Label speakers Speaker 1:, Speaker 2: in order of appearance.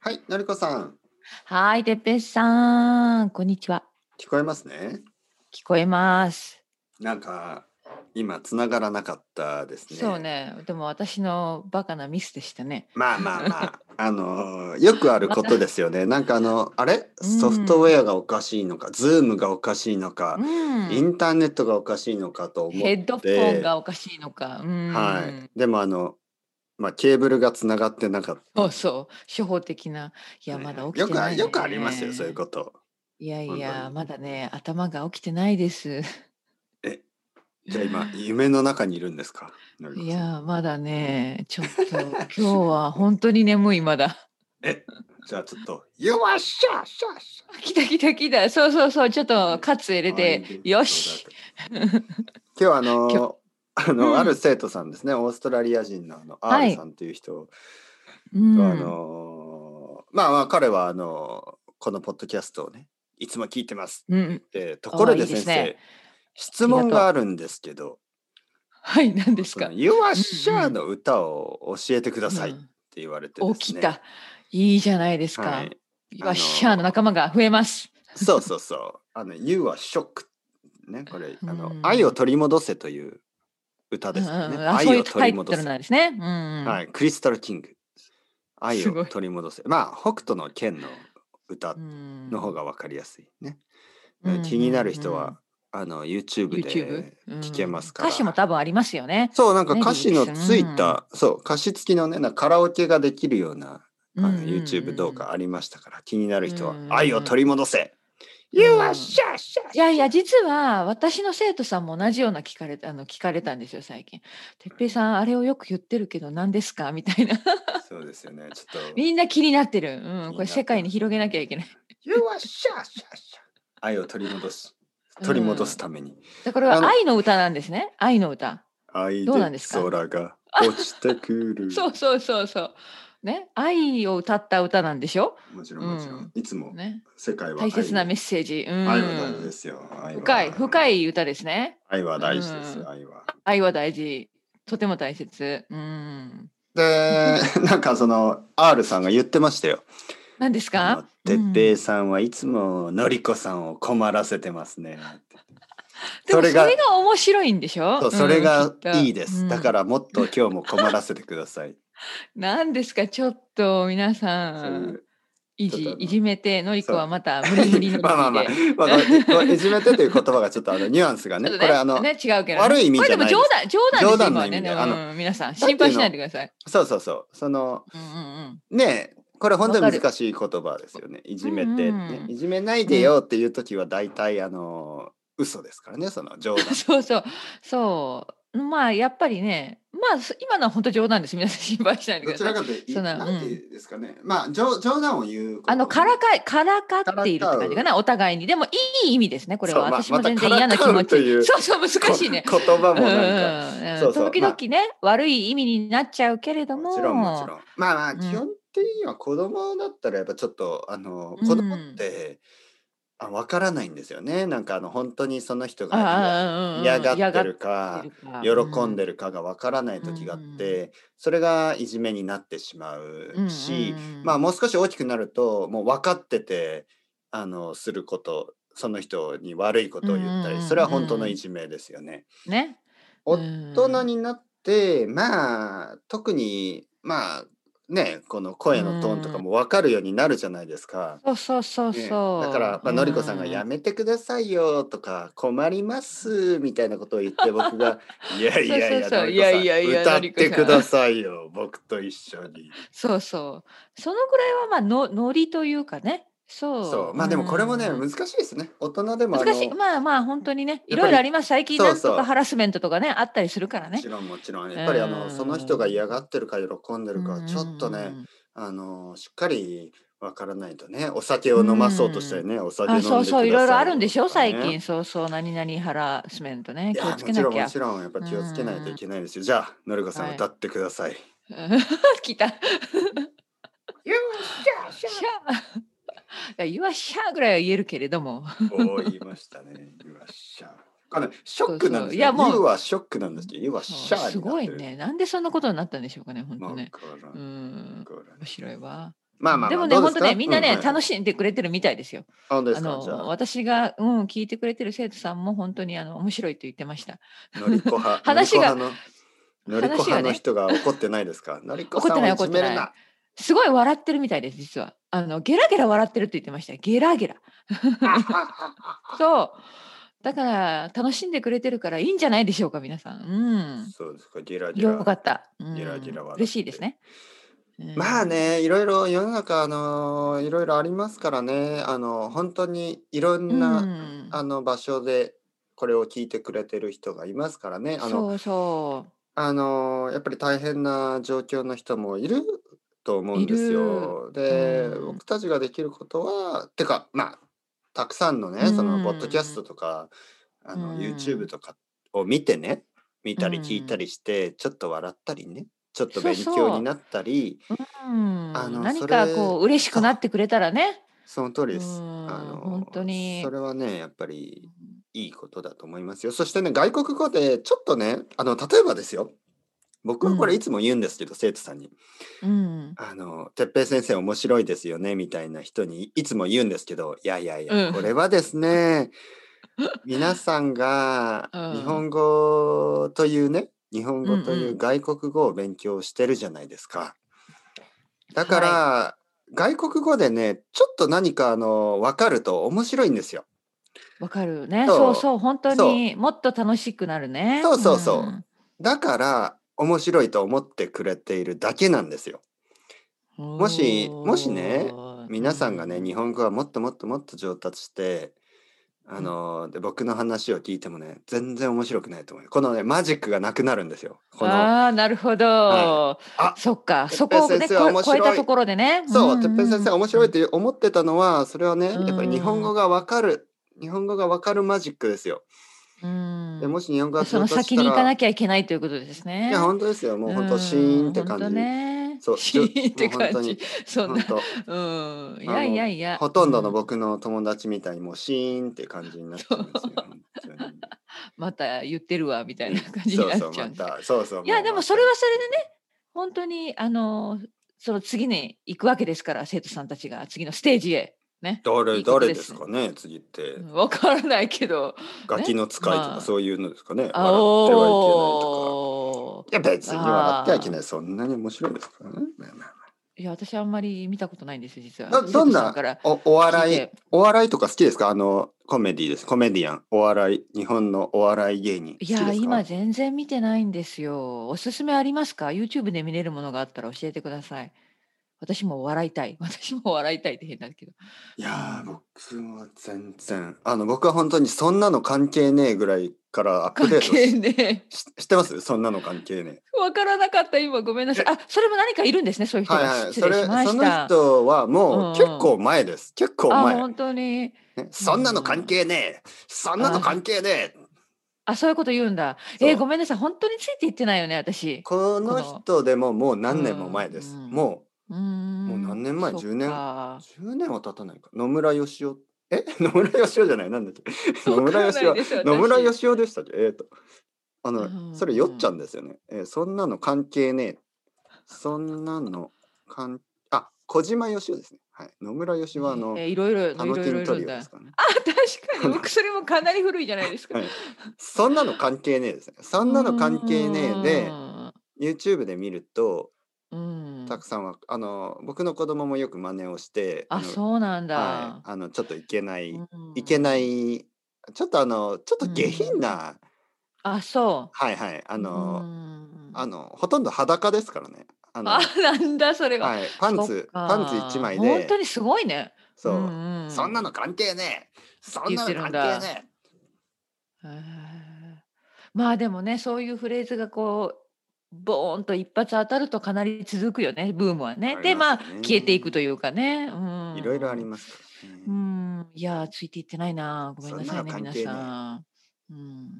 Speaker 1: はい、のりこさん。
Speaker 2: はい、てっぺいさん、こんにちは。
Speaker 1: 聞こえますね。
Speaker 2: 聞こえます。
Speaker 1: なんか、今繋がらなかったですね。
Speaker 2: そうね、でも私のバカなミスでしたね。
Speaker 1: まあまあま あ、あのー、よくあることですよね。なんかあの、あれ、ソフトウェアがおかしいのか、ズームがおかしいのか、
Speaker 2: うん
Speaker 1: インターネットがおかしいのかと思って。
Speaker 2: ヘッドフォンがおかしいのか。うん、。
Speaker 1: はい。でもあの、まあ、ケーブルがつながってなかった
Speaker 2: そうそう、初歩的な。いや、まだ起きて
Speaker 1: ない、ね、よく、よくありますよ、そういうこと。
Speaker 2: いやいや、まだね、頭が起きてないです。
Speaker 1: え、じゃあ今、夢の中にいるんですか
Speaker 2: いや、まだね、ちょっと、今日は本当に眠い、まだ。
Speaker 1: え、じゃあちょっと、よわっしゃっしゃっし
Speaker 2: ゃ。来た来た来た、そうそうそう、ちょっと、カツ入れて、よし。
Speaker 1: 今日あのーあの、うん、ある生徒さんですね、オーストラリア人のあの R さんという人と、はい、うん、あのまあ、まあ、彼はあのこのポッドキャストをね、いつも聞いてます。
Speaker 2: うん、
Speaker 1: でところで先生、ね、質問があるんですけど、
Speaker 2: はい、何ですか。、
Speaker 1: ユアシャーの歌を教えてくださいって言われて、ねうん
Speaker 2: 起きた。いいじゃないですか。はい、ユアシャーの仲間が増えます。
Speaker 1: そうそうそう。あの、ユアショック。ね、これ、あの、愛を取り戻せという歌ですね。愛を取り戻、
Speaker 2: す。ね。はい
Speaker 1: クリスタルキング。愛を取り戻せ。まあ、北斗の剣の歌の方がわかりやすいね。気になる人は、あの YouTube で聞けますから。
Speaker 2: 歌詞も多分ありますよね。
Speaker 1: そう、なんか歌詞のついた、そう、歌詞付きのね、カラオケができるようなあの YouTube 動画ありましたから、気になる人は愛を取り戻せ。You are s
Speaker 2: いやいや、実は私の生徒さんも同じような聞かれあの聞かれたんですよ、最近。てっぺいさん、あれをよく言ってるけど、何ですかみた いな。
Speaker 1: そうですよね、ちょっと。
Speaker 2: みんな気になってる。うん、これ世界に広げなきゃいけない。
Speaker 1: You are s 愛を取り戻す。取り戻すために。
Speaker 2: だから愛の歌なんですね。愛の歌。
Speaker 1: 愛
Speaker 2: どうなんですか
Speaker 1: 空 が落ちてくる。
Speaker 2: そうそうそうそう。ね、愛を歌った歌なんでしょ
Speaker 1: もちろんもちろん、いつも世界は
Speaker 2: 大切なメッセージ、
Speaker 1: うん、愛は大事ですよ
Speaker 2: 深い深い歌ですね
Speaker 1: 愛は大事ですよ、愛は
Speaker 2: 愛は大事とても大切、うん、
Speaker 1: で なんかその R さんが言ってましたよ
Speaker 2: 何ですか
Speaker 1: 哲平さんはいつものりこさんを困らせてますね、
Speaker 2: でもそれが面白いんでしょ
Speaker 1: それがいいです、だからもっと今日も困らせてください
Speaker 2: 何ですかちょっと皆さんいじいじめてのりこはまた無理無理の
Speaker 1: まあまあまあ、まあ、いじめてという言葉がちょっとあのニュアンスがねねこれあの、
Speaker 2: ね、違うけど、ね、
Speaker 1: 悪い意味じゃない
Speaker 2: 冗談冗談冗談の意味で、ね、あの、うん、皆さん心配しないでください
Speaker 1: そうそうそうその、うんうんうん、ねこれ本当に難しい言葉ですよねいじめて、ね、いじめないでよっていう時は大体あの嘘ですからねその冗 談
Speaker 2: そうそうそうまあやっぱりね、まあ今のは本当冗談です。皆さん心配しないでください。
Speaker 1: どちらかというと、なんてですかね。まあ冗冗談を言う。
Speaker 2: あのからかいからかっているって感じかな。お互いにでもいい意味ですね。これは私も全然嫌な気持ち。 そうそう難しいね。
Speaker 1: 言葉もなん
Speaker 2: か。時々ね、悪い意味になっちゃうけれども。
Speaker 1: もちろんもちろん。まあまあ基本的には子供だったらやっぱちょっとあの子供って。あ分からないんですよねなんかあの本当にその人が嫌がってるか喜んでるかが分からない時があって、それがいじめになってしまうし、まあもう少し大きくなるともう分かっててあのすることその人に悪いことを言ったり、それは本当のいじめですよね。
Speaker 2: ね。
Speaker 1: 大人になってまあ特にまあね、この声のトーンとかも分かるようになるじゃないですか。、
Speaker 2: そうそうそうそう
Speaker 1: ね、だから、まあのりこさんが「やめてくださいよ」とか「困ります」みたいなことを言って僕 が「いやいやいやそういやいやいや歌ってくださいよ僕と一緒に」
Speaker 2: そうそうそのぐらいはまあのノリというかねそう
Speaker 1: まあでもこれもね、難しいですね大人でも
Speaker 2: 難しいまあまあ本当にねいろいろあります最近なんとかハラスメントとかねあったりするからね
Speaker 1: もちろんもちろんやっぱりあのその人が嫌がってるか喜んでるかちょっとねあのしっかりわからないとねお酒を飲まそうとしたりねお酒飲んで
Speaker 2: そうそういろいろあるんでしょ最近そうそう何々ハラスメントね気をつけなき
Speaker 1: ゃもちろんやっぱ気をつけないといけないですよじゃあのりこさん歌ってください
Speaker 2: 来たよっしゃしゃ いや、言わしゃぐらいは言えるけれども。
Speaker 1: お言いましたね。言わしゃ。あの、ショックなんですいや、もう。はショックなんですけど、言わしゃ。
Speaker 2: すごいね。なんでそんなことになったんでしょうかね、本当ね。うん。面白いわ。
Speaker 1: まあまあまあ、
Speaker 2: でもね、
Speaker 1: どう
Speaker 2: 本
Speaker 1: す
Speaker 2: 当
Speaker 1: か
Speaker 2: ね、みんなね、
Speaker 1: う
Speaker 2: 楽しんでくれてるみたいですよ。
Speaker 1: 本当で
Speaker 2: あ
Speaker 1: すかじゃ
Speaker 2: の、私が、うん、聞いてくれてる生徒さんも、本当に、あの、面白いと言ってました。
Speaker 1: あ、のりこ派。
Speaker 2: 話が
Speaker 1: のりこ派ののりこ
Speaker 2: 話が
Speaker 1: 派
Speaker 2: ね
Speaker 1: の人が怒ってないですか。のりこさん
Speaker 2: 怒ってない
Speaker 1: をいじめるな。
Speaker 2: すごい笑ってるみたいです、実は。あの、ゲラゲラ笑ってると言ってました。ゲラゲラ。そう。だから、楽しんでくれてるから、いいんじゃないでしょうか、皆さん。
Speaker 1: そうですか。ギラ
Speaker 2: うん。
Speaker 1: ギラ。
Speaker 2: よかった。うん
Speaker 1: ゲラゲラ笑って
Speaker 2: 嬉しいですね。うん
Speaker 1: まあ。ね、いろいろ世の中、あの、いろいろありますからね。あの、本当にいろ
Speaker 2: うん
Speaker 1: な、
Speaker 2: ん。
Speaker 1: あの場所で。これを聞いてくれてる人がいますからね。あの、
Speaker 2: そうそう。
Speaker 1: あのーやっぱり大変な状況の人もいると思うんですよ。で、
Speaker 2: うん
Speaker 1: 僕たちができることはてかまあたくさんのね、
Speaker 2: うん
Speaker 1: そのポッドキャストとかあの、
Speaker 2: うん
Speaker 1: YouTube とかを見てね見たり
Speaker 2: うん
Speaker 1: 聞いたりして、ちょっと笑ったりねちょっと
Speaker 2: そう
Speaker 1: 勉
Speaker 2: そう
Speaker 1: 強になったり
Speaker 2: うん
Speaker 1: あの
Speaker 2: 何
Speaker 1: そ
Speaker 2: か
Speaker 1: れ
Speaker 2: こう嬉しくなってくれたらね。
Speaker 1: その通り
Speaker 2: う
Speaker 1: です。
Speaker 2: ん
Speaker 1: あのー
Speaker 2: 本当に
Speaker 1: そ。れはねやっぱりいいことだと思いますよ。そしてね外国語でちょっとねあの例えばですよ僕はこれ
Speaker 2: う
Speaker 1: い
Speaker 2: ん
Speaker 1: つも言うんですけど、生徒さんに。
Speaker 2: うん。
Speaker 1: あの哲平先生面白いですよねみたいな人にいつも言うんですけどいやいやいや、
Speaker 2: うん
Speaker 1: これはです ね皆さんが
Speaker 2: うん
Speaker 1: 日本語というね日本語と
Speaker 2: うん
Speaker 1: いううん外国語を勉強してるじゃないですか。だから、外国語でねちょっと何かあの分かると面白いんですよ。
Speaker 2: わかるね。
Speaker 1: そ
Speaker 2: そううそう本当にもっと楽しくなるね。
Speaker 1: そうそうそうんだから面白いと思ってくれているだけなんですよ。もしもしね、
Speaker 2: おー
Speaker 1: 皆さんがね、
Speaker 2: う
Speaker 1: 日本語はもっともっともっと上達して、あのーで僕の話を聞いてもね、全然面白くないと思う。このね、マジックがなくなるんですよ。この、
Speaker 2: ああなるほど。
Speaker 1: はあ
Speaker 2: そっか
Speaker 1: 哲
Speaker 2: そ
Speaker 1: 平
Speaker 2: こで
Speaker 1: 先生
Speaker 2: こ
Speaker 1: は面
Speaker 2: 超
Speaker 1: 白い
Speaker 2: えたところでね。
Speaker 1: そう、
Speaker 2: ん
Speaker 1: てっぺん先生面白いっ。て思ってたのは、それはね、
Speaker 2: うん
Speaker 1: やっぱり日本語がわかる、日本語がわかるマジックですよ。
Speaker 2: うん
Speaker 1: でもし日本語が
Speaker 2: そ
Speaker 1: 上
Speaker 2: の
Speaker 1: 達したら、
Speaker 2: 先に行かなきゃいけないということですね。
Speaker 1: いや、本当ですよ。もう本
Speaker 2: う
Speaker 1: 当、
Speaker 2: ん
Speaker 1: シーンって感
Speaker 2: 本当
Speaker 1: じ。
Speaker 2: ね。
Speaker 1: そう
Speaker 2: シーンって
Speaker 1: もう本当
Speaker 2: 感じ
Speaker 1: に。
Speaker 2: そん
Speaker 1: 本
Speaker 2: な。
Speaker 1: 当
Speaker 2: うん。い
Speaker 1: あの
Speaker 2: やいやいや。
Speaker 1: ほとんどの
Speaker 2: う
Speaker 1: 僕の友達みたいにもうシーンって感じになっちゃうんですよ。本当 に
Speaker 2: また言ってるわみたいな感じに
Speaker 1: そう
Speaker 2: なっち
Speaker 1: そ
Speaker 2: ゃう
Speaker 1: うん
Speaker 2: です
Speaker 1: ま
Speaker 2: けど
Speaker 1: たそうそう
Speaker 2: いや
Speaker 1: う
Speaker 2: でも
Speaker 1: また
Speaker 2: それはそれでね本当にあのその次に行くわけですから生徒さんたちが次のステージへね
Speaker 1: 誰
Speaker 2: いいこと
Speaker 1: 誰
Speaker 2: で
Speaker 1: ですすかね次って
Speaker 2: わからないけど
Speaker 1: ガキの使いと
Speaker 2: まあ
Speaker 1: かそういうのですかね笑って
Speaker 2: あ
Speaker 1: はいけない
Speaker 2: お
Speaker 1: とかいや別に笑ってはいけないそんなに面白いですからねまあまあ
Speaker 2: ーいや私あんまり見たことないんですよ実は
Speaker 1: どどんな
Speaker 2: 生徒さか
Speaker 1: ま
Speaker 2: ら
Speaker 1: あおお笑
Speaker 2: 聞
Speaker 1: い
Speaker 2: て
Speaker 1: お笑いとか好きですかあのコメディですコメディアンお笑い日本のお笑い芸人好き
Speaker 2: い
Speaker 1: ですか
Speaker 2: や今全然見てないんですよおすすめありますか YouTube で見れるものがあったら教えてください私も笑いたい 私も笑いたいって変だけど
Speaker 1: いやー僕は全然あの僕は本当にそんなの関係ねえぐらいからアップ
Speaker 2: 関
Speaker 1: デート
Speaker 2: 係
Speaker 1: し
Speaker 2: ねえ
Speaker 1: し知ってますそんなの関係ねえ
Speaker 2: わからなかった今ごめんなさい。あそれも何かいるんですねそういう人が、
Speaker 1: はいはい、
Speaker 2: 失
Speaker 1: そ
Speaker 2: 礼
Speaker 1: れ
Speaker 2: しま
Speaker 1: そ
Speaker 2: し
Speaker 1: の
Speaker 2: た。
Speaker 1: 人はもう
Speaker 2: うん
Speaker 1: 結構前です、結構
Speaker 2: あ
Speaker 1: 前、
Speaker 2: 本当に
Speaker 1: ねそんなの関係ねえそんなの関係ねえ
Speaker 2: あそういうこと言うんだ。
Speaker 1: そう
Speaker 2: えーごめんなさい本当についていってないよね私。
Speaker 1: この人でももう何年も前です、
Speaker 2: うんうん
Speaker 1: も
Speaker 2: うーん
Speaker 1: もう何年前
Speaker 2: そっか
Speaker 1: 10年う10年は経たないか野村よしおえ 野村よしおじゃないなんだっけ野村よし
Speaker 2: わ
Speaker 1: お
Speaker 2: かんないです
Speaker 1: 野村よ
Speaker 2: 私
Speaker 1: しおでしたっけえっ、とあの、
Speaker 2: うん
Speaker 1: それよっちゃんですよね、えーそんなの関係ねえそんなの関あ小島よしおですねはい野村よしおはあの、
Speaker 2: えーいろいろい
Speaker 1: タ
Speaker 2: ろ
Speaker 1: ム
Speaker 2: い
Speaker 1: キ
Speaker 2: ろ
Speaker 1: ン
Speaker 2: いろい
Speaker 1: ト
Speaker 2: る
Speaker 1: リオ
Speaker 2: んだ。
Speaker 1: で
Speaker 2: あ
Speaker 1: すかね
Speaker 2: 確かに僕それもかなり古いじゃないですか。
Speaker 1: はいそんなの関係ねえですね。そんなの関係ねえで、YouTube で見ると、
Speaker 2: うん。うん
Speaker 1: たくさんは、あの、僕の子供もよく真似をして、
Speaker 2: あ
Speaker 1: の
Speaker 2: そうなんだ。
Speaker 1: はい、あの、ちょっといけない、
Speaker 2: うん
Speaker 1: いけない、ちょっとあの、ちょっと下品な、
Speaker 2: あそう。
Speaker 1: はいはい、あ
Speaker 2: あ
Speaker 1: の、あ
Speaker 2: あ
Speaker 1: の、ほとんど裸ですからね。あの、
Speaker 2: あなんだそれは。
Speaker 1: はい、パン
Speaker 2: そっ
Speaker 1: ツ、
Speaker 2: か
Speaker 1: パンツ一枚
Speaker 2: 本
Speaker 1: で
Speaker 2: 当、にすごいね。
Speaker 1: そう、
Speaker 2: んう
Speaker 1: そんなの関係ねえそんなの関
Speaker 2: 言
Speaker 1: 係
Speaker 2: ってる
Speaker 1: ねえ
Speaker 2: へえまあでもねそういうフレーズがこうボーンと一発当たるとかなり続くよねブームは
Speaker 1: あ
Speaker 2: ね。
Speaker 1: り
Speaker 2: でまあ
Speaker 1: ますよね
Speaker 2: 消えていくというかね。うん、
Speaker 1: いろいろありますからね。
Speaker 2: うんいやーついていってないなごめんなさいね
Speaker 1: そんなの関
Speaker 2: 皆
Speaker 1: 係ねえ
Speaker 2: さん。うん